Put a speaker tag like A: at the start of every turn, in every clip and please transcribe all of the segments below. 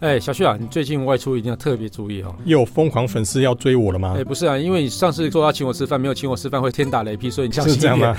A: 哎，小旭啊，你最近外出一定要特别注意哦。
B: 又有疯狂粉丝要追我了吗
A: 哎，？不是啊，因为你上次说要请我吃饭，没有请我吃饭会天打雷劈，所以你小心
B: 是
A: 一
B: 这样
A: 点。
B: 吗？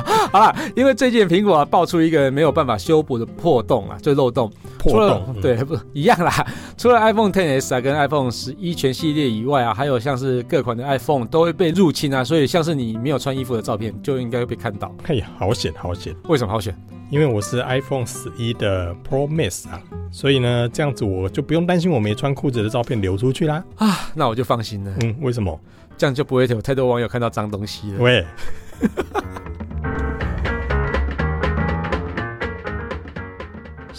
A: 好啦，因为最近苹果啊爆出一个没有办法修补的破洞啊，这漏洞，
B: 破洞嗯
A: 除了，对不一样啦。 除了 iPhone 10s 啊跟 iPhone 十一全系列以外啊，还有像是各款的 iPhone 都会被入侵啊，所以像是你没有穿衣服的照片就应该会被看到。
B: 嗯哎呀，好险好险！
A: 为什么好选？
B: 因为我是 iPhone 十一的 Pro Max 啊，所以呢，这样子我就不用担心我没穿裤子的照片流出去啦。
A: 那我就放心了，
B: 嗯，为什么？
A: 这样就不会有太多网友看到脏东西了。
B: 喂，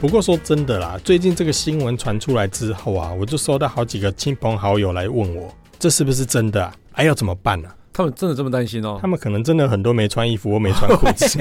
B: 不过说真的啦，最近这个新闻传出来之后啊，我就收到好几个亲朋好友来问我，这是不是真的啊？哎，要怎么办呢、啊？
A: 他们真的这么担心哦
B: 他？们可能真的很多没穿衣服或没穿裤子。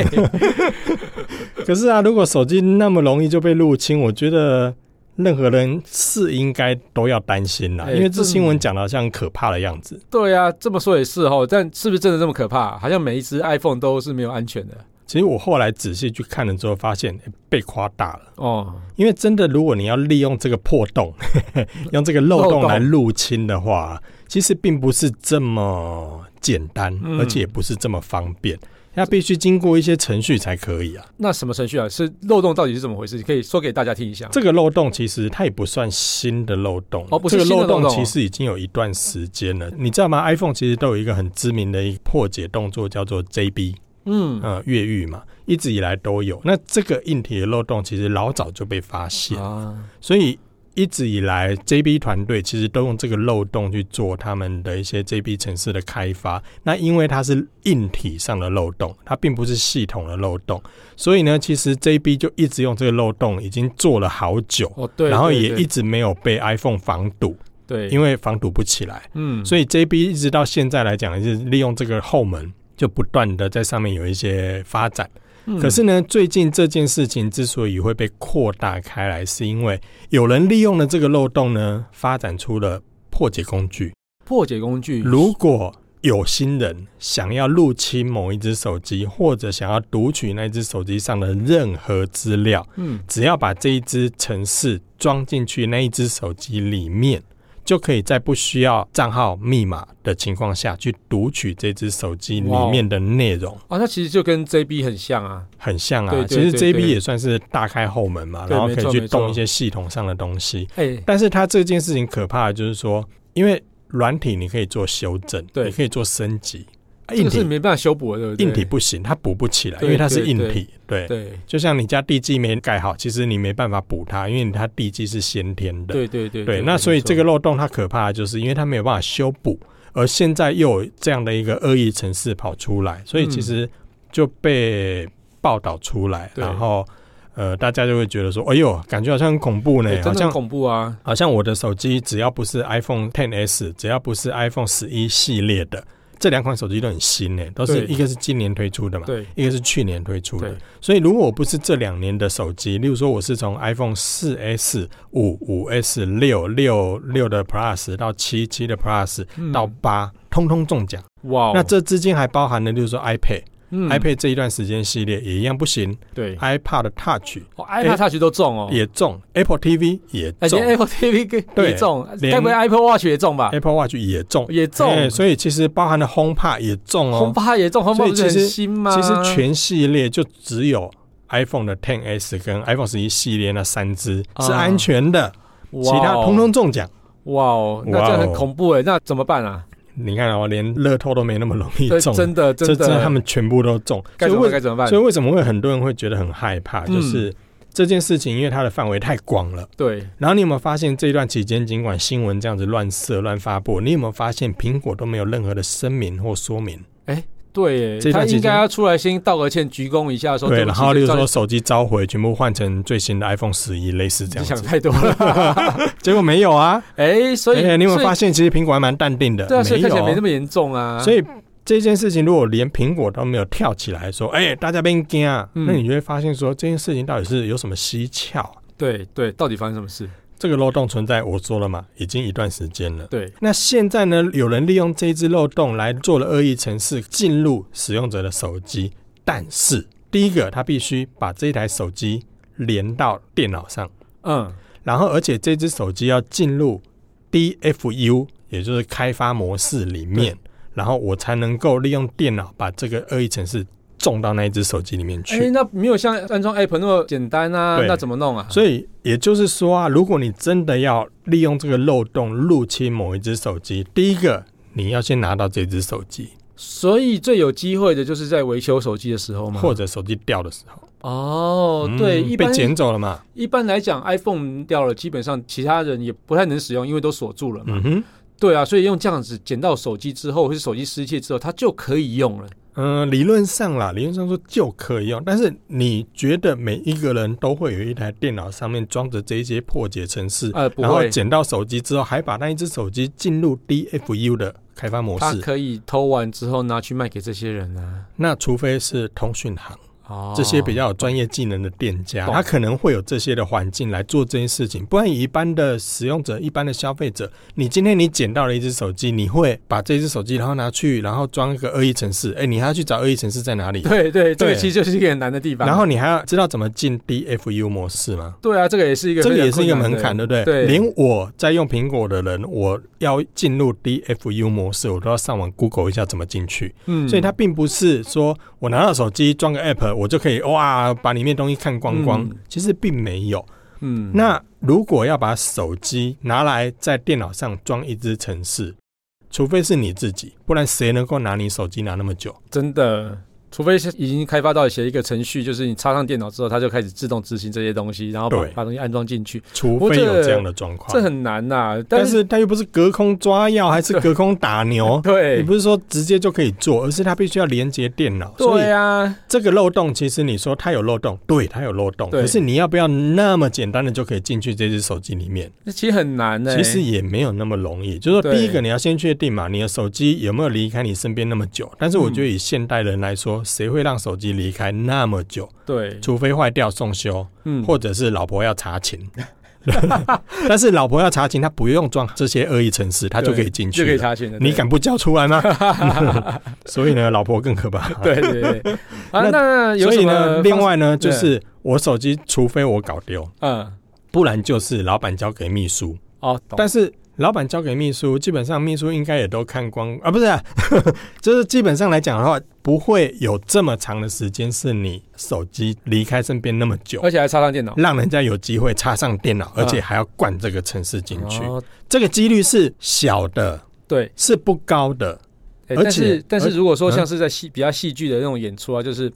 B: 可是啊，如果手机那么容易就被入侵，我觉得任何人是应该都要担心啦，
A: 哎
B: 因为这
A: 真的
B: 新闻讲的像很可怕的样子。
A: 对啊，这么说也是哦，但是不是真的这么可怕？好像每一只 iPhone 都是没有安全的
B: 其实我后来仔细去看了之后，发现、哎被夸大了。
A: 哦。
B: 因为真的，如果你要利用这个破洞， 用这个漏
A: 漏
B: 洞
A: 洞
B: 来入侵的话，其实并不是这么简单，
A: 嗯
B: 而且也不是这么方便，它必须经过一些程序才可以啊。
A: 那什么程序啊？是漏洞到底是怎么回事？你可以说给大家听一下。
B: 这个漏洞其实它也不算新的漏洞
A: 哦不是
B: 这个
A: 新的
B: 漏
A: 漏洞哦
B: 其实已经有一段时间了，你知道吗？iPhone 其实都有一个很知名的一个破解动作叫做 JB，
A: 嗯
B: 呃，越狱嘛，一直以来都有。那这个硬体的漏洞其实老早就被发现，
A: 啊，
B: 所以一直以来 JB 团队其实都用这个漏洞去做他们的一些 JB 城市的开发。那因为它是硬体上的漏洞，它并不是系统的漏洞，所以呢，其实 JB 就一直用这个漏洞，已经做了好久。
A: 哦对，
B: 然后
A: 对
B: 也
A: 对
B: 一直没有被 iPhone 防堵，
A: 对，
B: 因
A: 为
B: 为防堵不起来，
A: 嗯，
B: 所以 JB 一直到现在来讲，就是利用这个后门，就不断的在上面有一些发展。
A: 以
B: 可是呢，最近这件事情之所以会被扩大开来，是因为有人利用了这个漏洞呢，发展出了破解工具。
A: 破解工具
B: 如果有心人想要入侵某一只手机，或者想要读取那只手机上的任何资料，
A: 嗯
B: 只要把这一只程式装进去那一只手机里面，就可以在不需要账号密码的情况下去读取这只手机里
A: 哦
B: 面的内容，
A: 啊，那其实就跟 JB 很像啊。
B: 很像啊。
A: 对
B: 其
A: 对
B: 实
A: 对
B: JB 也算是大开后门嘛，
A: 对
B: 然后可
A: 没
B: 以
A: 错
B: 去
A: 没错
B: 动一些系统上的东西。
A: 哎，
B: 但是它这件事情可怕的就是说，因为软体你可以做修正，
A: 对
B: 你可以做升级，啊
A: 这
B: 硬
A: 个是
B: 体
A: 没办法修补的，对不对？
B: 硬体不行，它补不起来，因
A: 对
B: 为它是
A: 对
B: 硬
A: 对
B: 体，对。
A: 对
B: 就像你家地基没盖好，其实你没办法补它，因为它地基是先天的。
A: 对对对
B: 对那所以这个
A: 没错
B: 漏洞它可怕的就是，因为它没有办法修补，而现在又有这样的一个恶意城市跑出来，所以其实就被报道出来，
A: 嗯对
B: 然后呃，大家就会觉得说，哎呦，感觉好像很恐怖呢，
A: 哎真
B: 好
A: 的很
B: 像。
A: 恐怖啊。
B: 好像我的手机只要不是 iPhone 10s，只要不是 iPhone 十一系列的，这两款手机都很新呢，都
A: 对
B: 是一个是今年推出的嘛，
A: 对，
B: 一个是去年推出的
A: 对。
B: 所以如果我不是这两年的手机，例如说我是从 iPhone 四 S、五、五 S、六、六、六的 Plus 到七、七的 Plus
A: 嗯
B: 到八、通通中奖。
A: 哇哦，
B: 那这之间还包含了，例如说 iPad、
A: 嗯
B: iPad 这一段时间系列也一样不行
A: 对
B: ，iPad Touch
A: 哦，iPad Touch 都中哦，
B: 也中、a p p l e TV 也
A: 哎，
B: 中
A: 连、Apple TV 跟
B: 对
A: 也中，
B: 连
A: 该不会 Apple Watch 也中吧？
B: a p p l e Watch 也中，
A: 也
B: 哎
A: 中，
B: 所以其实包含了 HomePod 也中哦
A: 红。八也中，红八
B: 所以
A: 不是
B: 其实
A: 很新吗？
B: 其实全系列就只有 iPhone 的 10s 跟 iPhone 十一系列那三只
A: 啊
B: 是安全的，其
A: 哇哦
B: 他通通中奖。
A: 哇哦，那这样很恐怖哎，那怎么办啊？
B: 你看哦，连乐透都没那么容易
A: 对，
B: 中，
A: 真的
B: 这
A: 真
B: 真
A: 的，
B: 他们全部都中。
A: 该
B: 所
A: 怎
B: 以
A: 么办
B: 为
A: 该怎么办
B: 所？以为什么会很多人会觉得很害怕？
A: 嗯
B: 就是这件事情，因为它的范围太广了。
A: 对，
B: 然后你有没有发现，这段期间尽管新闻这样子乱射乱发布，你有没有发现苹果都没有任何的声明或说明？
A: 对耶，
B: 这
A: 他
B: 段期
A: 应
B: 间
A: 该要出来先道个歉、鞠躬一下，说
B: 对，
A: 不
B: 然
A: 起
B: 后例如
A: 造
B: 说
A: 成
B: 手机召回，全部换成最新的 iPhone 十一，类似这
A: 你
B: 样
A: 想
B: 子。
A: 太多 了。
B: 结果没有啊，
A: 哎，所
B: 而
A: 以
B: 且你有
A: 所
B: 没有
A: 以
B: 发现，其实苹果还蛮淡定的，
A: 对啊，所以看起来
B: 有
A: 没那么严重啊。
B: 所以这件事情，如果连苹果都没有跳起来说，哎、大家别惊啊，
A: 嗯
B: 那你就会发现说，这件事情到底是有什么蹊跷？啊
A: 对对，到底发生什么事？
B: 这个漏洞存在，我说了嘛，已经一段时间了。
A: 对，
B: 那现在呢，有人利用这一只漏洞来做了恶意程式进入使用者的手机，但是第一个，他必须把这台手机连到电脑上，
A: 嗯，
B: 然后而且这只手机要进入 DFU，也就是开发模式里面，然后我才能够利用电脑把这个恶意程式种到那一只手机里面去。
A: 哎，那没有像安装 App 那么简单啊，
B: 对
A: 那怎么弄啊？
B: 所以也就是说啊，如果你真的要利用这个漏洞入侵某一只手机，第一个你要先拿到这只手机，
A: 所以最有机会的就是在维修手机的时候嘛。
B: 或者手机掉的时候。
A: 嗯哦，对，
B: 嗯
A: 一
B: 被
A: 般
B: 捡走了嘛。
A: 一般来讲，iPhone 掉了，基本上其他人也不太能使用，因为都锁住了嘛。
B: 嗯哼，
A: 对啊，所以用这样子捡到手机之后，或是手机失窃之后，它就可以用了。
B: 嗯、理论上啦，理论上说就可以用，但是你觉得每一个人都会有一台电脑上面装着这一些破解程式，
A: 呃，不
B: 嗯然后
A: 会，
B: 捡到手机之后，还把那一只手机进入 DFU 的开发模
A: 它
B: 式？
A: 啊可以偷完之后拿去卖给这些人啊。
B: 那除非是通讯行。
A: 哦，
B: 这些比较有专业技能的店家，
A: 懂
B: 他可能会有这些的环境来做这件事情。不然，以一般的使用者、一般的消费者，你今天你捡到了一只手机，你会把这只手机然后拿去，然后装一个恶意程式，哎，你还要去找恶意程式在哪里？
A: 对对，这个
B: 对
A: 其实就是一个很难的地方。
B: 然后你还要知道怎么进 DFU 模式吗？
A: 对啊，这个也是一个
B: 这
A: 非
B: 个
A: 常
B: 也是一个
A: 困难
B: 门
A: 的
B: 槛，对不对？
A: 对
B: 连我在用苹果的人，我要进入 DFU 模式，我都要上网 Google 一下怎么进去。
A: 嗯，
B: 所以它并不是说我拿到手机装个 app，我就可以哇把里面东西看光光，
A: 嗯
B: 其实并没有。
A: 嗯，
B: 那如果要把手机拿来在电脑上装一只程式，除非是你自己，不然谁能够拿你手机拿那么久？
A: 真的。除非是已经开发到写一个程序，就是你插上电脑之后，它就开始自动执行这些东西，然后把
B: 对
A: 把东西安装进去，
B: 除
A: 过
B: 非
A: 这
B: 有这样的状
A: 这
B: 况。
A: 很难呐、
B: 但
A: 但
B: 是它又不是隔空抓药，还是
A: 对。
B: 隔空打牛 你
A: 对
B: 不是说直接就可以做，而是它必须要连接电脑。所以
A: 对啊，
B: 这个漏洞，其实你说它有漏洞，对，它有漏洞。
A: 对
B: 可是你要不要那么简单的就可以进去这只手机里面？
A: 那其实很难呢、
B: 其实也没有那么容易。就是说，
A: 对
B: 第一个你要先确定嘛，你的手机有没有离开你身边那么久？但是我觉得以现代人来
A: 嗯
B: 说，谁会让手机离开那么久？
A: 对，
B: 除非坏掉送修，
A: 嗯，
B: 或者是老婆要查寝。 但是老婆要查寝，她不用装这些恶意程式，她就可以进
A: 就可
B: 去
A: 以
B: 了。
A: 查询的。
B: 你
A: 对
B: 敢？不交出来 吗？所以呢，老婆更可怕。
A: 对对对。啊，
B: 那
A: 那有
B: 所
A: 什
B: 以
A: 么
B: 呢，
A: 方
B: 另外呢，就
A: 对
B: 是我手机，除非我搞丢，
A: 嗯，
B: 不然就是老板交给秘书。
A: 哦，懂
B: 但是老板交给秘书，基本上秘书应该也都看光啊，不是、啊， 就是基本上来讲的话，不会有这么长的时间是你手机离开身边那么久，
A: 而且还插上电脑
B: 让人家有机会插上电脑，而且
A: 嗯
B: 还要灌这个程式进去，
A: 哦
B: 这个几率是小的，
A: 对，
B: 是不高的。
A: 哎
B: 而
A: 但是
B: 且
A: 但是
B: 而
A: 如果说
B: 嗯
A: 像是在戏比较戏剧的那种演出啊，就是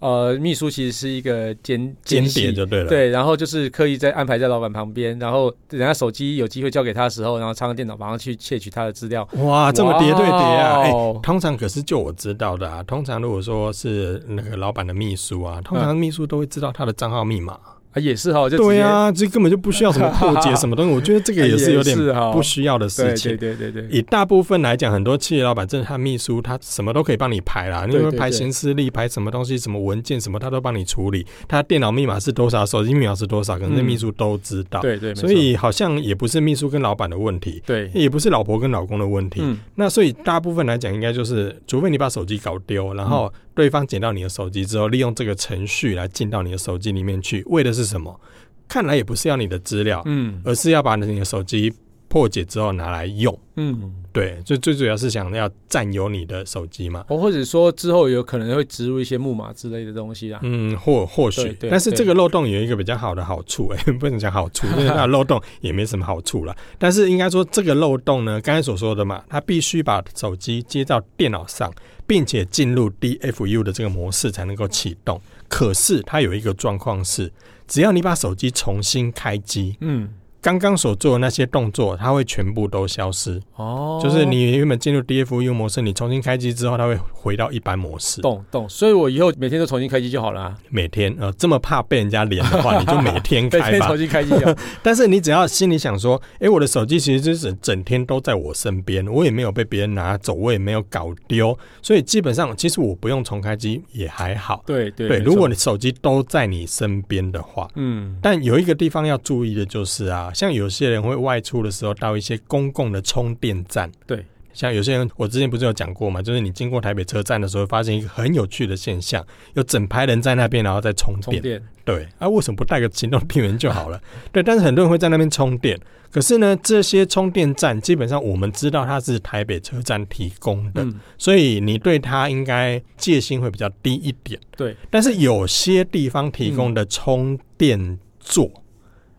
A: 呃，秘书其实是一个间
B: 间谍
A: 谍
B: 就对了，，啊
A: 对，然后就是刻意在安排在老板旁边，然后人家手机有机会交给他的时候，然后插上电脑马上去窃取他的资料。
B: 哇，这么叠对叠啊！哎、
A: 哇哦
B: 通常可是就我知道的啊，通常如果说是那个老板的秘书啊，通常秘书都会知道他的账号密码。
A: 啊也是哈，就
B: 对
A: 呀，
B: 啊，这根本就不需要什么破解什么东西，我觉得 这个也是有点
A: 哈
B: 不需要的
A: 啊对
B: 事
A: 对
B: 情。
A: 对对对，
B: 以大部分来讲，很多企业老板，真的他秘书，他什么都可以帮你排啦，你
A: 对
B: 会
A: 对
B: 排
A: 对
B: 行事历、排什么东西、什么文件、什么，他都帮你处理。他电脑密码是多少，手机密码是多少，可能那
A: 嗯
B: 秘书都知道。
A: 对对，没
B: 所
A: 错
B: 以好像也不是秘书跟老板的问题，
A: 对，
B: 也不是老婆跟老公的问题。
A: 嗯，
B: 那所以大部分来讲，应该就是，除非你把手机搞丢，然
A: 嗯
B: 后对方捡到你的手机之后，利用这个程序来进到你的手机里面去，为的是什么？看来也不是要你的资料，
A: 嗯
B: 而是要把你的手机破解之后拿来用。
A: 嗯，
B: 对，最最主要是想要占有你的手机嘛。
A: 哦，或者说之后有可能会植入一些木马之类的东西啊。
B: 嗯，或或许
A: 对，对
B: 但是
A: 对
B: 这个漏洞有一个比较好的好处， 哎、不能讲好处，因为它的漏洞也没什么好处了。但是应该说，这个漏洞呢，刚才所说的嘛，它必须把手机接到电脑上，并且进入 DFU 的这个模式才能够启动。可是它有一个状况是，只要你把手机重新开机，
A: 嗯，
B: 刚刚所做的那些动作，它会全部都消失。
A: 哦，
B: 就是你原本进入 DFU 模式，你重新开机之后，它会回到一般模式。
A: 懂懂，所以我以后每天都重新开机就好了、啊，
B: 每天呃这么怕被人家连的话，你就每 天
A: 每
B: 开
A: 天
B: 吧
A: 重。新开机就好。
B: 但是你只要心里想说，诶，我的手机其实就是整整天都在我身边，我也没有被别人拿走，我也没有搞丢，所以基本上其实我不用重开机也还好。
A: 对对
B: 对，
A: 没
B: 如
A: 错
B: 果你手机都在你身边的话。
A: 嗯
B: 但有一个地方要注意的就是啊，像有些人会外出的时候到一些公共的充电站，
A: 对，
B: 像有些人我之前不是有讲过嘛，就是你经过台北车站的时候，发现一个很有趣的现象，有整排人在那边然后在充
A: 充
B: 电，
A: 电
B: 对，啊，为什么不带个行动电源就好了？对，但是很多人会在那边充电，可是呢，这些充电站基本上我们知道它是台北车站提供的，
A: 嗯
B: 所以你对它应该戒心会比较低一点。
A: 对，
B: 但是有些地方提供的充电座，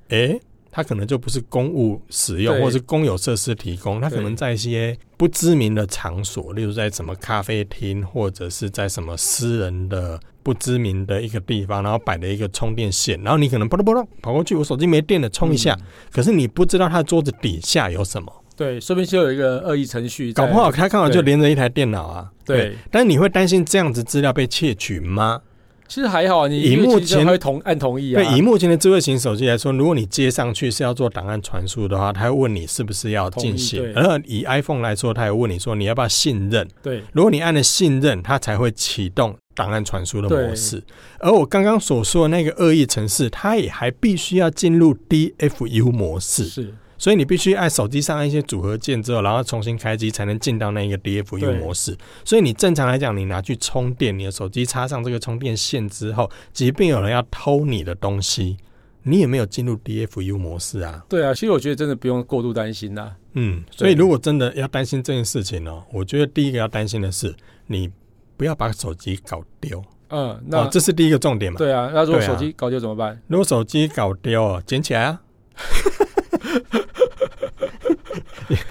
B: 诶、它可能就不是公务使用，
A: 对
B: 或者是公有设施提供，它可能
A: 对
B: 在一些不知名的场所，例如在什么咖啡厅，或者是在什么私人的不知名的一个地方，然后摆了一个充电线，然后你可能扑通扑通跑过去，我手机没电了，充一下，
A: 嗯
B: 可是你不知道它桌子底下有什么，
A: 对，说不定就有一个恶意程序在，
B: 搞不好它刚好
A: 对
B: 就连着一台电脑啊。
A: 对，
B: 但是你会担心这样子资料被窃取吗？
A: 其实还好啊，你
B: 荧幕
A: 因为其实
B: 前
A: 还会同按同意啊，
B: 对，以目前的智慧型手机来说，如果你接上去是要做档案传输的话，它会问你是不是要进
A: 同
B: 行
A: 意；对
B: 而以 iPhone 来说，它也问你说你要不要信任。
A: 对
B: 如果你按了信任，它才会启动档案传输的模式。而我刚刚所说的那个恶意程式，它也还必须要进入 DFU 模式，
A: 是，
B: 所以你必须按手机上按一些组合键之后，然后重新开机才能进到那个 DFU
A: 对
B: 模式。所以你正常来讲，你拿去充电，你的手机插上这个充电线之后，即便有人要偷你的东西，你也没有进入 DFU 模式啊。
A: 对啊，其实我觉得真的不用过度担心啦。
B: 嗯，所以
A: 对
B: 如果真的要担心这件事情哦，我觉得第一个要担心的是你不要把手机搞丢。
A: 嗯，那、
B: 哦，这是第一个重点嘛。
A: 对啊，那如果
B: 对啊
A: 手机搞丢怎么 办？
B: 如果手机搞丢哦，捡起来 啊。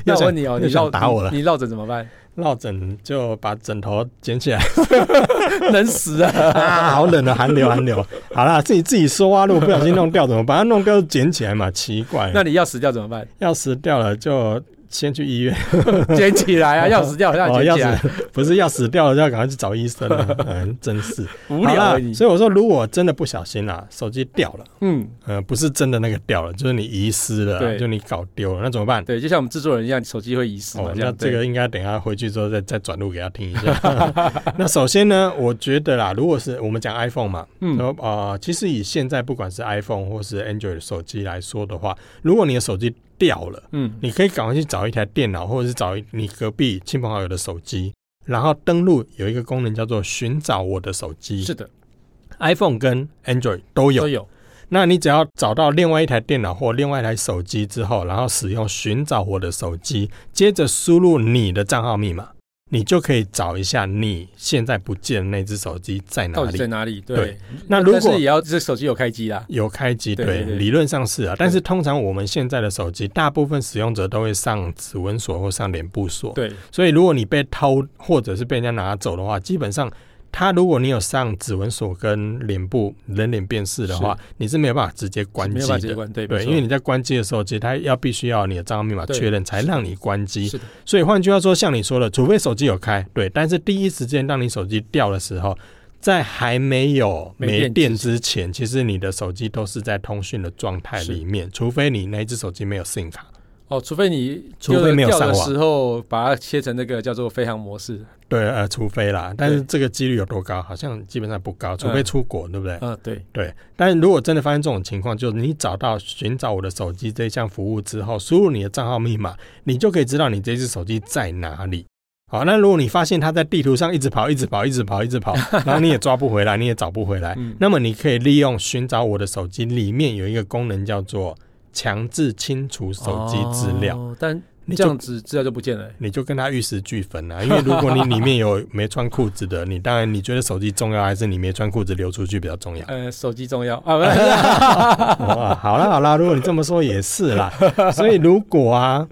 A: 那
B: 要
A: 我
B: 想
A: 问你哦，
B: 又
A: 你
B: 想
A: 落
B: 打我了
A: 你你落枕怎么办？
B: 落枕就把枕头捡起来。
A: 能死啊！
B: 啊， 好冷啊，寒流寒流。好啦，自己自己说啊，如果不小心弄掉怎么办？它弄掉就捡起来嘛，奇怪。
A: 那你要死掉怎么办？
B: 要死掉了就先去医院，
A: 捡起来啊！要死掉 要
B: 哦，
A: 捡
B: 要
A: 起来，
B: 死 不是要死掉了就要赶快去找医 生了，嗯，真是
A: 无聊
B: 好
A: 欸
B: 啦
A: 而已。
B: 所以我说，如果真的不小心啦、啊手机掉了，
A: 嗯，
B: 呃，不是真的那个掉了，就是你遗失了啊，
A: 对
B: 就你搞丢了，那怎么办？
A: 对，就像我们制作人一样，手机会遗失嘛
B: 哦，，
A: 这
B: 那
A: 样
B: 这个应该等一下回去之后再再转录给他听一下。 那首先呢，我觉得啦，如果是我们讲 iPhone 嘛，
A: 嗯
B: 然后啊，其实以现在不管是 iPhone 或是 Android 的手机来说的话，如果你的手机掉了，
A: 嗯，
B: 你可以赶快去找一台电脑，或者是找一你隔壁亲朋好友的手机，然后登录有一个功能叫做“寻找我的手机”，
A: 是的，
B: iPhone 跟 Android 都有
A: 都。有，
B: 那你只要找到另外一台电脑或另外一台手机之后，然后使用寻找我的手机，接着输入你的账号密码，你就可以找一下你现在不见的那只手机在哪
A: 到底在
B: 里。
A: 哪里？
B: 对
A: 对，
B: 那如
A: 但是
B: 果
A: 也要这手机有开机啦，
B: 有开机，对，
A: 对对对
B: 理论上是啊，但是通常我们现在的手机，大部分使用者都会上指纹锁或上脸部锁，
A: 对，
B: 所以如果你被偷或者是被人家拿走的话，基本上它如果你有上指纹锁跟脸部人脸辨识的话，你是没有办法直接关
A: 没
B: 机
A: 有办法直接
B: 的。
A: 关，对，没
B: 对，
A: 错
B: 因为你在关机的时候，其实它要必须要你的账号密码
A: 对
B: 确认才让你关机。
A: 是的，
B: 所以换句话说，像你说的，除非手机有开，对，但是第一时间当你手机掉的时候，在还没有
A: 没
B: 没
A: 电
B: 电之前，其实你的手机都是在通讯的状态
A: 是
B: 里面，除非你那一只手机没有 SIM 卡。
A: 哦，除非你
B: 除非没有
A: 掉的
B: 上网
A: 时候把它切成那个叫做飞行模式，
B: 对，呃，除非啦，但是
A: 对
B: 这个几率有多高？好像基本上不高，除非出国，对不对？
A: 嗯，对，
B: 对，但如果真的发生这种情况，就是你找到寻找我的手机这一项服务之后，输入你的账号密码，你就可以知道你这只手机在哪里。好，那如果你发现它在地图上一直跑、一直跑、一直跑、一直跑， 然后你也抓不回来，你也找不回来，
A: 嗯
B: 那么你可以利用寻找我的手机里面有一个功能叫做强制清除手机资料，
A: 哦但
B: 你
A: 这
B: 就
A: 样子资料就不见了欸。
B: 你就跟他玉石俱焚啊！因为如果你里面有没穿裤子的，你当然你觉得手机重要，还是你没穿裤子流出去比较重要？
A: 呃，手机重要啊，不
B: 哎
A: 是
B: 哇，哦好啦好啦，如果你这么说也 是啦。所以如果啊，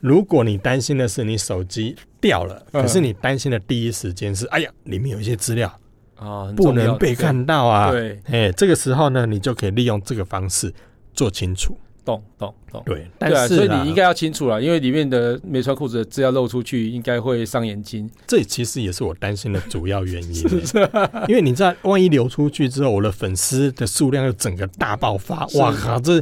B: 如果你担心的是你手机掉了，
A: 嗯
B: 可是你担心的第一时间是，哎呀，里面有一些资料
A: 啊，很
B: 不
A: 重要
B: 能被看到啊。
A: 对，
B: 哎，这个时候呢，你就可以利用这个方式做清楚。
A: 懂懂懂。
B: 对，但
A: 对啊，
B: 是
A: 所以
B: 啦
A: 你应该要清楚了，因为里面的没穿裤子的资料漏出去，应该会伤眼 睛。
B: 这其实也是我担心的主要原因、 因为你知道，万一流出去之后，我的粉丝的数量又整个大爆发，
A: 是
B: 哇靠，这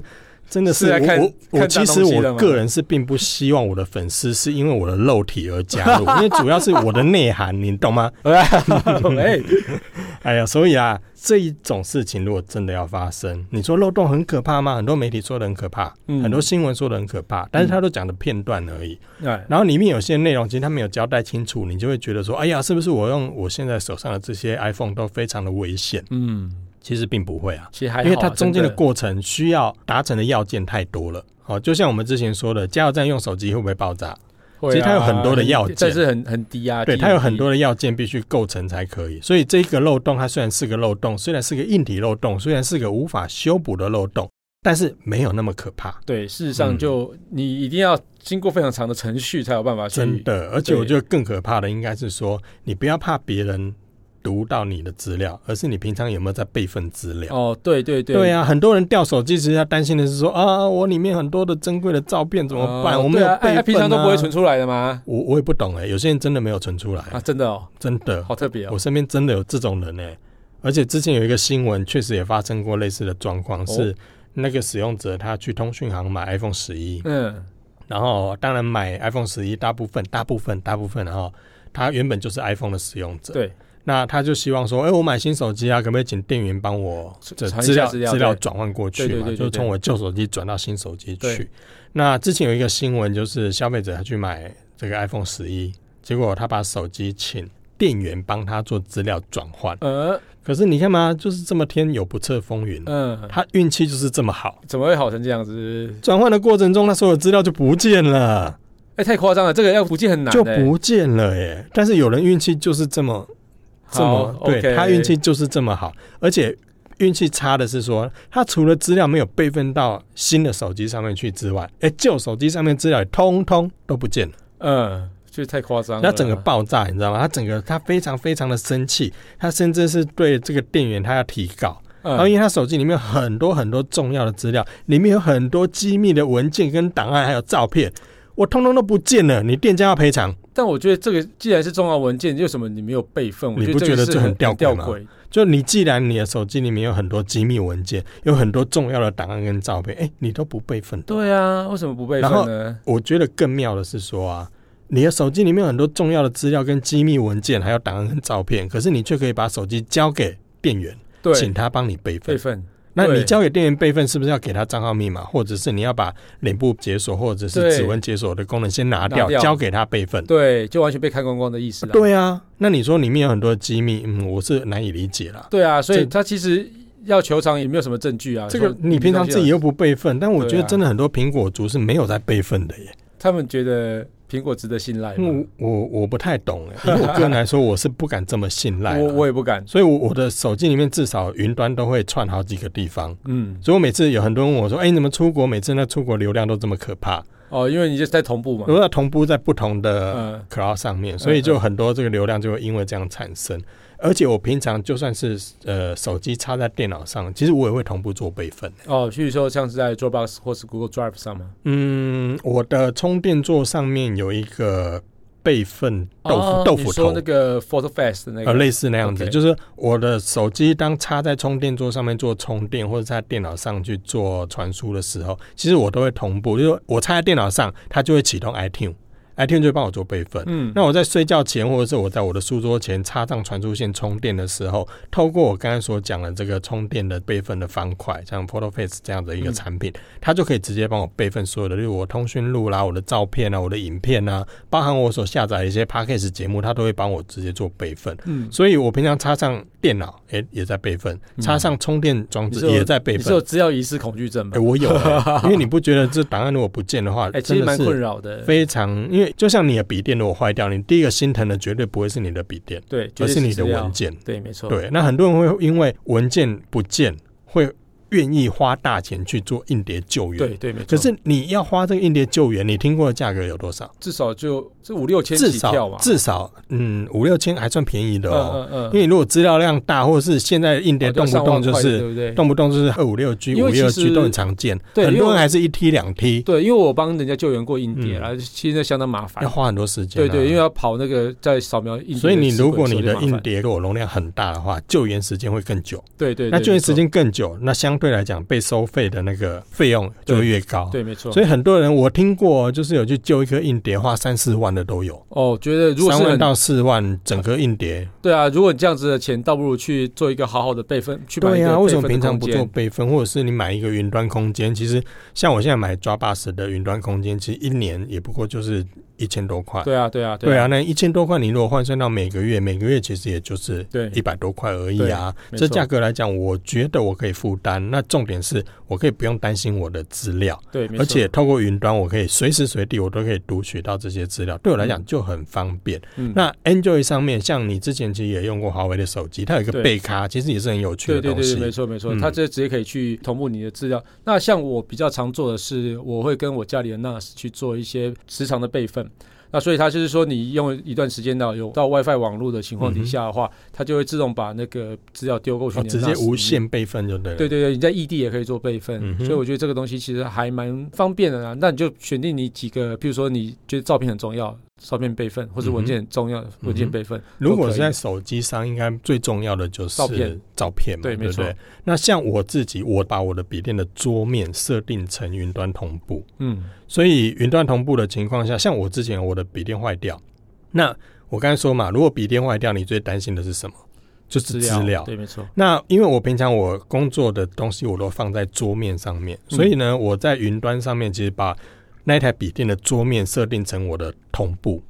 B: 真的是
A: 是来啊看
B: 我我我
A: 看大
B: 其
A: 东西
B: 实
A: 了吗
B: 我个人是并不希望我的粉丝是因为我的肉体而 加入，因为主要是我的内涵，你懂吗？
A: 哎，
B: 哎呀，所以啊，这一种事情如果真的要发生，你说漏洞很可怕吗？很多媒体说的很可怕，
A: 嗯
B: 很多新闻说的很可怕，但是他都讲的片段而已。
A: 哎，
B: 然后里面有些内容其实他没有交代清楚，你就会觉得说，哎呀，是不是我用我现在手上的这些 iPhone 都非常的危险？
A: 嗯，
B: 其实并不会啊，
A: 其实还好啊
B: 因为它中间的
A: 真
B: 过程需要达成的要件太多了。好，就像我们之前说的，加油站用手机会不会爆炸？
A: 会啊
B: 其实它有很多的要件
A: 但是很很低啊。
B: 对，
A: 低
B: 它有很多的要件必须构成才可以。所以这个漏洞，它虽然是个漏洞，虽然是个硬体漏洞，虽然是个无法修补的漏洞，但是没有那么可怕。
A: 对，事实
B: 嗯
A: 上就你一定要经过非常长的程序才有办法去
B: 真的，而且
A: 对
B: 我觉得更可怕的应该是说，你不要怕别人读到你的资料，而是你平常有没有在备份资料。
A: 哦，对对对，
B: 对啊，很多人掉手机，其实他担心的是说啊，我里面很多的珍贵的照片怎么办？
A: 哦
B: 我没有
A: 对啊
B: 备份、
A: 哎哎平常都不会存。出来的吗？
B: 我我也不懂哎、有些人真的没有存出来，
A: 啊，真的哦，
B: 真的，
A: 好特别哦
B: 我。身边真的有这种人哎、而且之前有一个新闻，确实也发生过类似的状
A: 哦
B: 况，是那个使用者他去通讯行买 iPhone 十一，
A: 嗯，
B: 然后当然买 iPhone 十一，大部分、大部分、大部分，然后他原本就是 iPhone 的使用者，
A: 对，
B: 那他就希望说，哎、我买新手机啊，可不可以请店员帮我这
A: 传一下
B: 资料
A: 资料
B: 资料
A: 对
B: 转换过去嘛？
A: 对对对对
B: 就是从我旧手机转到新手机
A: 对
B: 去。那之前有一个新闻，就是消费者他去买这个 iPhone 十一，结果他把手机请店员帮他做资料转换。
A: 呃
B: 可是你看嘛，就是这么天有不测风云，
A: 嗯，
B: 他运气就是这么好。
A: 怎么会好成这样子？
B: 转换的过程中，他所有资料就不见了。
A: 哎，太夸张了，这个要不见很难欸，
B: 就不见了耶。但是有人运气就是这么这么
A: 好
B: 对
A: OK
B: 他运气就是这么好，而且运气差的是说，他除了资料没有备份到新的手机上面去之外，哎、旧手机上面资料也通通都不见了，
A: 嗯，就太夸张了。
B: 那整个爆炸，你知道吗？他整个他非常非常的生气，他甚至是对这个店员他要提告。然后
A: 嗯，
B: 因为他手机里面有很多很多重要的资料，里面有很多机密的文件跟档案，还有照片，我通通都不见了，你店家要赔偿。
A: 但我觉得这个既然是重要文件，为什么你没有备份？我
B: 你
A: 觉
B: 不
A: 这
B: 觉
A: 个
B: 得
A: 是
B: 这很
A: 很
B: 吊
A: 吊
B: 诡吗？就你既然你的手机里面有很多机密文件，有很多重要的档案跟照片，哎、你都不备份的。
A: 对啊，为什么不备份
B: 然后
A: 呢？
B: 我觉得更妙的是说啊，你的手机里面有很多重要的资料跟机密文件，还有档案跟照片，可是你却可以把手机交给店员，
A: 对，
B: 请他帮你备
A: 备
B: 份。
A: 份
B: 那
A: 对
B: 你交给店员备份，是不是要给他账号密码，或者是你要把脸部解锁或者是
A: 对
B: 指纹解锁的功能先拿
A: 拿掉
B: 交给他备份？
A: 对，就完全被看光光的意思啦。
B: 对啊，那你说里面有很多机密，嗯，我是难以理解啦。
A: 对啊，所以
B: 这
A: 他其实要求偿也没有什么证据啊。
B: 这个
A: 说
B: 你平常自己又不备份，但我觉
A: 对
B: 得
A: 啊
B: 真的很多苹果族是没有在备份的耶。
A: 他们觉得苹果值得信赖吗？
B: 我我我不太懂哎，以我个人来说，我是不敢这么信赖 啊。
A: 我我也不敢。
B: 所以我，我的手机里面至少云端都会串好几个地方。
A: 嗯，
B: 所以我每次有很多人问我说：“哎、你怎么出国？每次那出国流量都这么可怕？
A: 哦，因为你就是在同步嘛
B: 如。果要同步在不同的
A: 嗯
B: cloud 上面，所以就很多这个流量就会因为这样产生。而且我平常就算是呃手机插在电脑上，其实我也会同步做备份。
A: 哦，譬如说像是在 Dropbox 或是 Google Drive 上嘛。
B: 嗯，我的充电座上面有一个备份豆腐、
A: 哦
B: 豆
A: 你
B: 腐
A: 说
B: 头，
A: 那个 Photo Fest 的那
B: 呃，
A: 个。
B: 类似那样子
A: OK
B: 就是我的手机当插在充电座上面做充电，或者在电脑上去做传输的时候，其实我都会同步，就是我插在电脑上，它就会启动 iTune，iTune 就会帮我做备份。
A: 嗯，
B: 那我在睡觉前，或者是我在我的书桌前插上传输线充电的时候，透过我刚才所讲的这个充电的备份的方块，像 PhotoFace 这样的一个
A: 嗯
B: 产品，它就可以直接帮我备份所有的，例如我通讯录啦、我的照片啊、我的影片啊，包含我所下载的一些 Podcast 节目，它都会帮我直接做备份。
A: 嗯，
B: 所以我平常插上电脑，哎、也在备份；插上充电装置
A: 你是有
B: 也在备
A: 你是
B: 份
A: 有。资料遗失恐惧症
B: 哎、
A: 吧？
B: 我有、欸因为你不觉得这档案如果不见的话，
A: 哎，其
B: 真
A: 实
B: 的
A: 蛮
B: 是
A: 困扰的。
B: 非常，因为就像你的笔电如果坏掉，你第一个心疼的绝对不会是你的笔电，
A: 对，
B: 而
A: 就是哦
B: 你的
A: 资料
B: 文。件。
A: 对，没错。
B: 对，那很多人会因为文件不见会愿意花大钱去做硬碟救援。
A: 对对，没错。
B: 可是你要花这个硬碟救援，你听过的价格有多少？
A: 至少就是五六千
B: 至
A: 起跳
B: 少
A: 嘛。
B: 至少嗯五六千还算便宜的哦。
A: 嗯嗯
B: 因为如果资料量大，或者是现在硬碟
A: 哦就
B: 动不
A: 上
B: 动
A: 万
B: 就
A: 块的
B: 是
A: 对不对？
B: 动不动就是二五六 G、
A: 因
B: 五
A: 为其
B: 六
A: 实
B: G 都很常见，
A: 对
B: 很
A: 因为
B: 多人还是一 T 两 T，
A: 对，因为我帮人家救援过硬
B: 嗯
A: 碟啦，其实那相当麻烦
B: 要。花很多时间啊、
A: 哎对对，因为要跑那个在扫描硬碟的
B: 所以你
A: 磁
B: 如
A: 轨
B: 果
A: 时候
B: 你
A: 就
B: 的
A: 麻
B: 硬
A: 烦，
B: 碟如果容量很大的话，救援时间会更久。
A: 对对，
B: 那
A: 对
B: 救援
A: 没
B: 时
A: 错
B: 间更久，那相对来讲被收费的那个费用就会越高。
A: 对没错。
B: 所
A: 以
B: 以很多人我听过，就是有去救一颗硬碟花三四万的都有，
A: 哦，觉得如果
B: 三
A: 是
B: 万
A: 很
B: 到四万整颗硬碟。
A: 对啊，如果你这样子的钱，倒不如去做一个好好的备份，去买
B: 对
A: 一
B: 呀、
A: 个
B: 为
A: 备
B: 什
A: 份
B: 么
A: 的
B: 平常
A: 空
B: 不做
A: 间。
B: 备份，或者是你买一个云端空间？其实像我现在买 d r o p b o x 的云端空间，其实一年也不过就是一千多块。
A: 对啊对啊
B: 对啊，，那一千多块，你如果换算到每个月，每个月其实也就是
A: 对
B: 一百多块而已啊。
A: 对
B: 这
A: 没错
B: 价格来讲，我觉得我可以负担。那重点是我可以不用担心我的资料，
A: 对，没
B: 而
A: 错
B: 且透过云端，我可以随时随地我都可以读取到这些资料，对我来讲就很方便。
A: 嗯
B: 那 Android 上面，像你之前其实也用过华为的手机，它有一个
A: 对
B: 背卡，其实也是很有趣
A: 对
B: 的
A: 对
B: 东
A: 对
B: 西。
A: 对，没错没错，
B: 嗯
A: 它这直接可以去同步你的资料。那像我比较常做的是，我会跟我家里的 NAS 去做一些时常的备份。那所以它就是说，你用一段时间到有到 WiFi 网络的情况底下的话，它就会自动把那个资料丢过去
B: 嗯哦，
A: 你的
B: 直接
A: NAS
B: 无
A: 里面
B: 限备份就对了。
A: 对对对，你在异地也可以做备份，
B: 嗯哼
A: 所以我觉得这个东西其实还蛮方便的啦。那你就选定你几个，比如说你觉得照片很重要，照片备份，
B: 嗯
A: 或者文件很重要，文件备份。
B: 如果
A: 都可以
B: 是在手机上，应该最重要的就是
A: 照片，
B: 照片嘛，
A: 对
B: 对
A: 没
B: 不
A: 错
B: 对？那像我自己，我把我的笔电的桌面设定成云端同步，
A: 嗯，
B: 所以云端同步的情况下，像我之前我的笔电坏掉，那我刚才说嘛，如果笔电坏掉，你最担心的是什么？就是资料。
A: 对，没错，
B: 那因为我平常我工作的东西我都放在桌面上面，
A: 嗯
B: 所以呢，我在云端上面其实把那一台笔电的桌面设定成我的同步，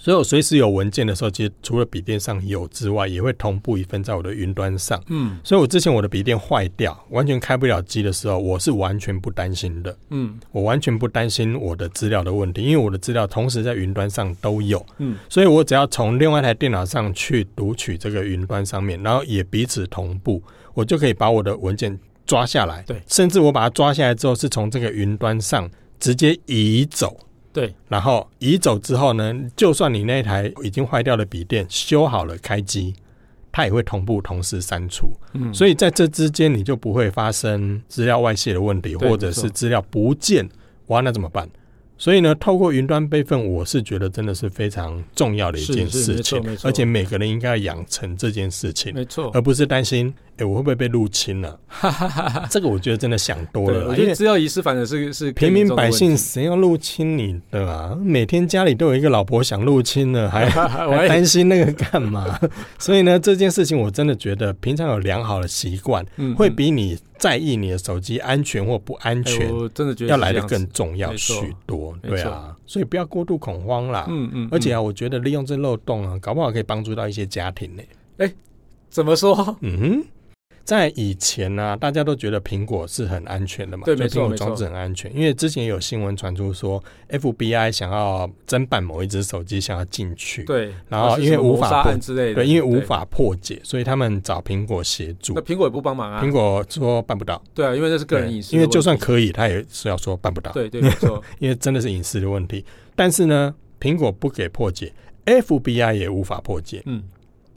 B: 所以我随时有文件的时候，其实除了笔电上有之外，也会同步一份在我的云端上。
A: 嗯
B: 所以我之前我的笔电坏掉，完全开不了机的时候，我是完全不担心的，
A: 嗯
B: 我完全不担心我的资料的问题，因为我的资料同时在云端上都有。
A: 嗯，
B: 所以我只要从另外一台电脑上去读取这个云端上面，然后也彼此同步，我就可以把我的文件抓下来。
A: 对
B: 甚至我把它抓下来之后，是从这个云端上直接移走。
A: 对，
B: 然后移走之后呢，就算你那台已经坏掉的笔电修好了开机，它也会同步同时删除。
A: 嗯，
B: 所以在这之间，你就不会发生资料外泄的问题，
A: 对
B: 或者是资料不见，哇，那怎么办？所以呢，透过云端备份，我是觉得真的是非常重要的一
A: 是
B: 件
A: 是
B: 事
A: 没错
B: 情
A: 没，错
B: 而且每个人应该养成这件事情，
A: 没错
B: 而，不是担心，哎、我会不会被入 侵了、
A: 哈哈哈哈。
B: 这个我觉得真的想多
A: 对，
B: 了
A: 我
B: 啦，
A: 觉
B: 因
A: 得
B: 为
A: 资料遗失反而是是更
B: 平民
A: 严重的
B: 百
A: 问
B: 姓
A: 题。
B: 谁要入侵你的啊？每天家里都有一个老婆想入侵了，
A: 哎
B: 还还
A: 喂
B: 担心那个干嘛？ 所以呢，这件事情我真的觉得平常有良好的习惯，
A: 嗯
B: 会比你在意你的手机安全或不安
A: 哎
B: 全、
A: 我真的觉得
B: 要
A: 是
B: 来
A: 这
B: 的
A: 样子
B: 更重要
A: 没错
B: 许多，
A: 没
B: 对啊，所以不要过度恐慌啦。
A: 嗯嗯，
B: 而且
A: 嗯
B: 啊，我觉得利用这漏洞啊，搞不好可以帮助到一些家庭呢、
A: 怎么 说？
B: 嗯哼，在以前呢、啊，大家都觉得苹果是很安全的嘛，
A: 对
B: 就
A: 没错
B: 苹果
A: 没错
B: 装置很安全。因为之前有新闻传出说，FBI 想要侦办某一只手机，想要进去，
A: 对，
B: 然后
A: 是
B: 因为
A: 什么
B: 无
A: 谋
B: 法
A: 杀
B: 破
A: 案之类的，
B: 对，因为无法破解，所以他们找苹果协助
A: 那。苹果也不帮忙啊
B: 苹。果说办不到，
A: 对啊，因为那是个人
B: 对
A: 隐私的
B: 因
A: 问题，
B: 为就算可以，他也是要说办不到，
A: 对对没 错，
B: 因为真的是隐私的问题。但是呢，苹果不给破解，FBI 也无法破解，
A: 嗯，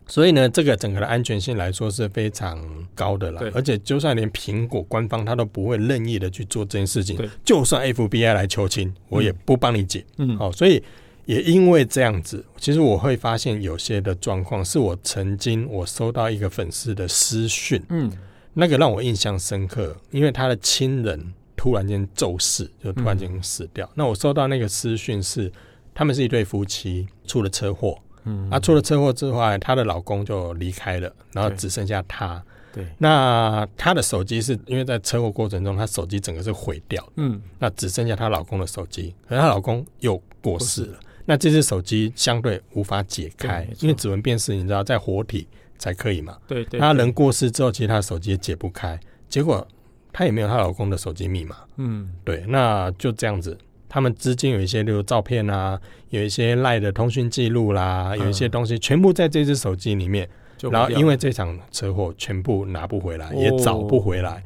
B: 所以呢，这个整个的安全性来说是非常高的啦
A: 对。
B: 而且，就算连苹果官方他都不会任意的去做这件事情
A: 对，
B: 就算 FBI 来求亲，我也不帮你解。
A: 嗯，
B: 好、所以也因为这样子，其实我会发现有些的状况是我曾经我收到一个粉丝的私讯。
A: 嗯，
B: 那个让我印象深刻，因为他的亲人突然间骤逝，就突然间死
A: 嗯
B: 掉。那我收到那个私讯是，他们是一对夫妻，出了车祸。
A: 嗯
B: 啊，出了车祸之后，她的老公就离开了，然后
A: 对
B: 只剩下她。
A: 对，
B: 那她的手机是因为在车祸过程中，她手机整个是毁掉的，
A: 嗯，
B: 那只剩下她老公的手机，可是她老公又过世了。那这只手机相对无法解开
A: 对没，错
B: 因为指纹辨识你知道在活体才可以嘛。
A: 对对，
B: 她人过世之后，其实她的手机也解不开，结果她也没有她老公的手机密码。
A: 嗯，
B: 对，那就这样子。他们之间有一些，例如照片啊，有一些赖的通讯记录啦，
A: 嗯
B: 有一些东西全部在这只手机里面。
A: 就
B: 然后
A: 毁掉
B: 因为这场车祸，全部拿不回来，
A: 哦
B: 也找不回来。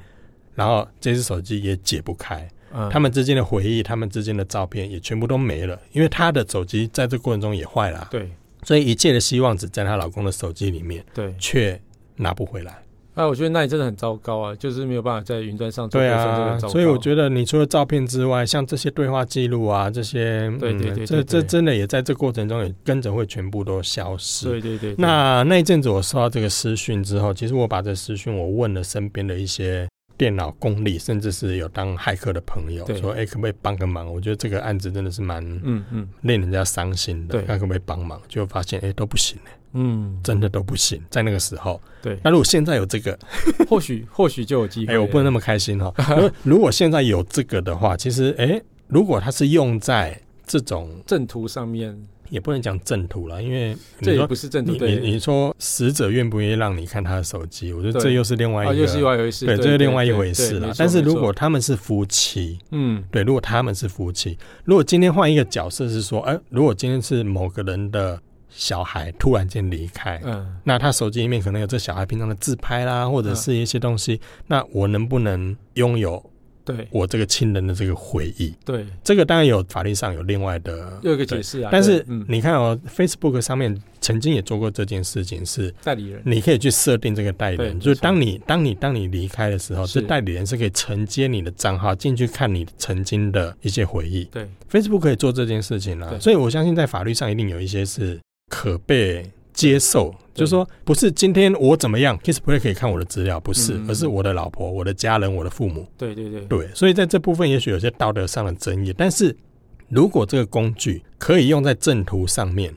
B: 然后这只手机也解不开，
A: 嗯
B: 他们之间的回忆，他们之间的照片也全部都没了，因为她的手机在这过程中也坏了啊、
A: 对
B: 所以一切的希望只在她老公的手机里面，
A: 对，
B: 却拿不回来。
A: 哎，我觉得那里真的很糟糕啊，就是没有办法在云端上做
B: 对
A: 备份，这
B: 啊
A: 个，糟糕。
B: 所以我觉得你除了照片之外，像这些对话记录啊，这些，
A: 对对对对
B: 这这
A: 对
B: 真的也在这过程中也跟着会全部都消失。
A: 对对对，对
B: 那那一阵子我收到这个私讯之后，其实我把这私讯我问了身边的一些电脑功力，甚至是有当骇客的朋友，
A: 对
B: 说：“哎、可不可以帮个忙？我觉得这个案子真的是蛮
A: 嗯嗯
B: 令人家伤心的，
A: 对
B: 看可不可以帮忙？”就发现哎、都不行、
A: 嗯，
B: 真的都不行。在那个时候，
A: 对，
B: 那如果现在有这个，
A: 或许或许就有机
B: 哎、
A: 会。
B: 我不能那么开 心哈、如果如果现在有这个的话，其实哎、如果它是用在这种，
A: 正途上面，
B: 也不能讲正途了，因为你
A: 这
B: 说
A: 也不是正途，
B: 你你
A: 对，
B: 你说死者愿不愿意让你看他的手机？我觉得
A: 对
B: 这又是另外一
A: 啊，
B: 个，
A: 又是另外一回事，
B: 对，这是另外一回事
A: 了
B: 了。。但是如果他们是夫妻，
A: 嗯，
B: 对，如果他们是夫妻，如果今天换一个角色是说，哎、如果今天是某个人的小孩突然间离开，
A: 嗯，
B: 那他手机里面可能有这小孩平常的自拍啦，或者是一些东西，那我能不能拥有
A: 对
B: 我这个亲人的这个回忆？
A: 对，
B: 这个当然有法律上有另外的
A: 又有一个
B: 对
A: 解释啊。
B: 但是
A: 对嗯，
B: 你看哦，Facebook 上面曾经也做过这件事情，是
A: 代理人，
B: 你可以去设定这个代理
A: 对
B: 人，
A: 没
B: 就是
A: 错
B: 当你当你当你离开的时候，
A: 是
B: 这代理人是可以承接你的账号进去看你曾经的一些回忆。
A: 对
B: Facebook 可以做这件事情啦、
A: 对
B: 所以我相信在法律上一定有一些是可被接受，
A: 对
B: 就是说不是今天我怎么样，Kissplay 可以看我的资料，不是，
A: 嗯嗯
B: 而是我的老婆、我的家人、我的父母。
A: 对对对，
B: 对，所以在这部分也许有些道德上的争议，但是如果这个工具可以用在正途上面，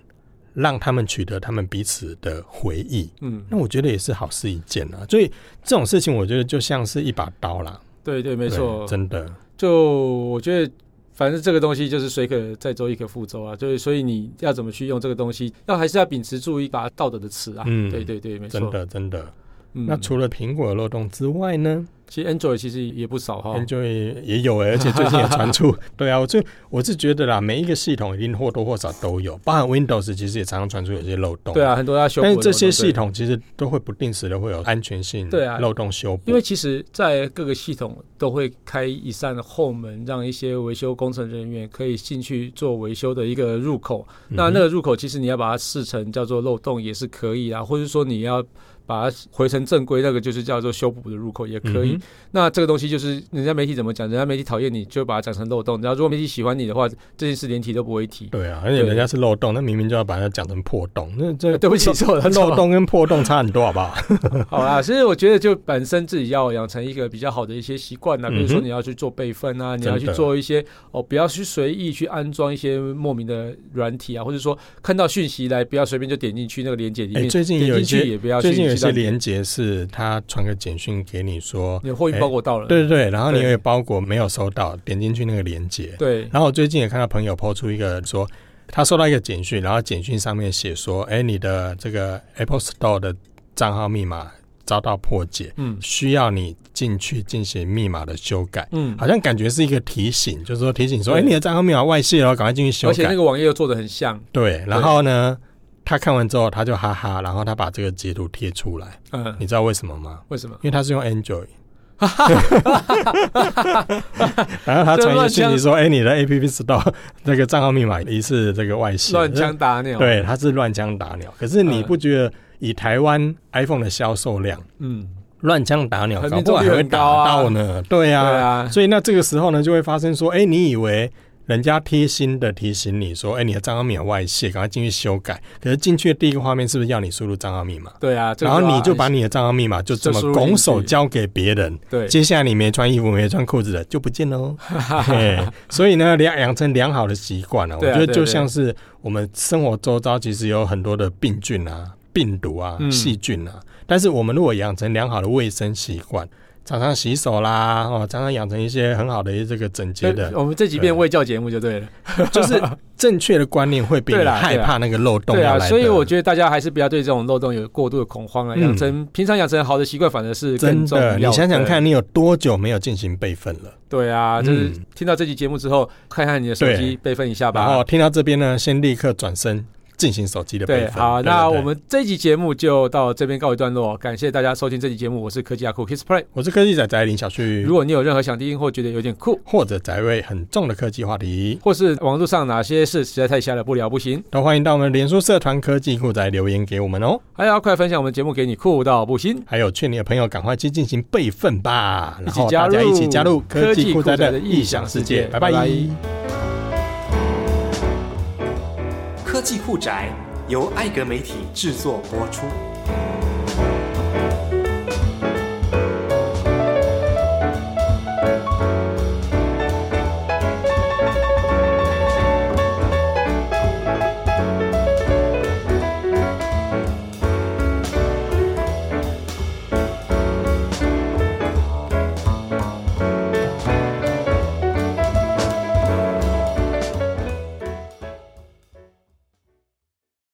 B: 让他们取得他们彼此的回忆，
A: 嗯，
B: 那我觉得也是好事一件啊。所以这种事情，我觉得就像是一把刀啦。
A: 对对，没
B: 对
A: 错，
B: 真的，
A: 就嗯我觉得。反正这个东西就是水可载舟，亦可覆舟啊，就是所以你要怎么去用这个东西，要还是要秉持住一把道德的尺啊。
B: 嗯
A: 对对对，没错。
B: 真的，真的。
A: 嗯，
B: 那除了苹果的漏洞之外呢
A: 其实 Android 其实也不少哈。
B: ？Enjoy 也有、欸，而且最近也传 出。对啊，我就我是觉得啦，每一个系统一定或多或少都有，包含 Windows 其实也常常传出有些漏洞。
A: 对啊，，很多要修补
B: 但
A: 的
B: 是
A: 东西。
B: 这些系
A: 对
B: 统其实都会不定时的会有安全性
A: 对啊
B: 漏洞修补，
A: 因为其实，在各个系统都会开一扇后门，让一些维修工程人员可以进去做维修的一个入口。那
B: 嗯
A: 那个入口，其实你要把它视成叫做漏洞也是可以啊，或者说你要把它回成正规，那个就是叫做修补的入口也可以。
B: 嗯哼
A: 那这个东西就是人家媒体怎么讲，人家媒体讨厌你就把它讲成漏洞，然后如果媒体喜欢你的话，这件事连提都不会提。
B: 对啊，而且
A: 对
B: 人家是漏洞，那明明就要把它讲成破洞，那这
A: 呃对不起，是我的
B: 漏
A: 错。
B: 洞跟破洞差很多，好不好？
A: 好啦，所以我觉得就本身自己要养成一个比较好的一些习惯啦，比如
B: 嗯
A: 说
B: 哼
A: 你要去做备份啊，你
B: 真
A: 要
B: 的
A: 去做一些哦，不要去随意去安装一些莫名的软体啊，或者说看到讯息来不要随便就点进去那个链接里
B: 哎
A: 面，
B: 最近
A: 点
B: 有一
A: 进
B: 些
A: 去也不要
B: 最近有一些
A: 连
B: 连接是他传个简讯给你说，
A: 你的货运包裹到了，
B: 哎对对对，然后你
A: 对
B: 有包裹没有收到，点进去那个连接。
A: 对
B: 然后我最近也看到朋友抛出一个说，他收到一个简讯，然后简讯上面写说，哎，你的这个 Apple Store 的账号密码遭到破解，
A: 嗯
B: 需要你进去进行密码的修改。
A: 嗯，
B: 好像感觉是一个提醒，就是说提醒说，哎、
A: 对
B: 你的账号密码外泄了，赶快进去修改。
A: 而且那个网页又做的很像，
B: 对，然后呢，他看完之后他就哈哈，然后他把这个截图贴出来，
A: 嗯，
B: 你知道为什么吗？
A: 为什么？
B: 因为他是 用 Android。然后他传一个讯息说：“哎、你的 App Store 那个账号密码疑似这个外泄。”
A: 乱枪打鸟，，
B: 对，他是乱枪打鸟。可是你
A: 嗯
B: 不觉得以台湾 iPhone 的销售量，
A: 嗯，
B: 乱枪打鸟，
A: 肯
B: 搞
A: 定
B: 不好
A: 中率
B: 还会
A: 很
B: 打
A: 高啊
B: 到呢？对
A: 对
B: 呀、
A: 啊，
B: 所以那这个时候呢，就会发生说，哎、你以为人家贴心的提醒你说，哎、你的账号密码外泄，赶快进去修改。可是进去的第一个画面是不是要你输入账号密码？
A: 对啊，这
B: 然
A: 个
B: 后你
A: 要
B: 就把你的账号密码就这
A: 就
B: 么
A: 输入进去
B: 拱手交给别人，
A: 对
B: 接下来你没穿衣服、没穿裤子的就不见了 哦。嘿所以呢，养养成良好的习惯啊，我
A: 对啊
B: 觉得
A: 对
B: 就
A: 对
B: 像是我们生活周遭其实有很多的病菌啊、病毒啊、
A: 嗯
B: 细菌啊，但是我们如果养成良好的卫生习惯，常常洗手啦，哦，常常养成一些很好的这个整洁
A: 对
B: 的，
A: 我们这几遍卫教节目就对了。
B: 就是正确的观念会比你
A: 对啦
B: 害怕那个漏洞
A: 对
B: 要
A: 啊，
B: 来
A: 所以
B: 得
A: 我觉得大家还是不要对这种漏洞有过度的恐慌啊，
B: 嗯
A: 养成平常养成好的习惯反而是
B: 真
A: 更重要
B: 的，你想想看，，你有多久没有进行备份了？
A: 对对啊，
B: 嗯
A: 就是听到这期节目之后，看看你的手
B: 对
A: 机备份一下
B: 然后
A: 吧。
B: 听到这边呢，先立刻转身进行手机的备
A: 对，
B: 份。
A: 好，那
B: 对
A: 我们这集节目就到这边告一段落，感谢大家收听这集节目，我是科技阿酷 Kiss Play。
B: 我是科技仔仔林小旭
A: 如，果你有任何想听或觉得有点酷，
B: 或者宅位很重的科技话题，
A: 或是网络上哪些事实在太瞎了不聊不行，
B: 都欢迎到我们脸书社团科技酷宅留言给我们哦。
A: 还要快分享我们节目给你酷到不行，
B: 还有劝你的朋友赶快去进行备份吧，
A: 一
B: 然
A: 起
B: 后
A: 加
B: 大
A: 入
B: 家一起加入科技酷
A: 科技酷宅
B: 宅的
A: 的
B: 异想世界，拜拜。
A: 拜拜
C: 科技酷宅由艾格媒体制作播出。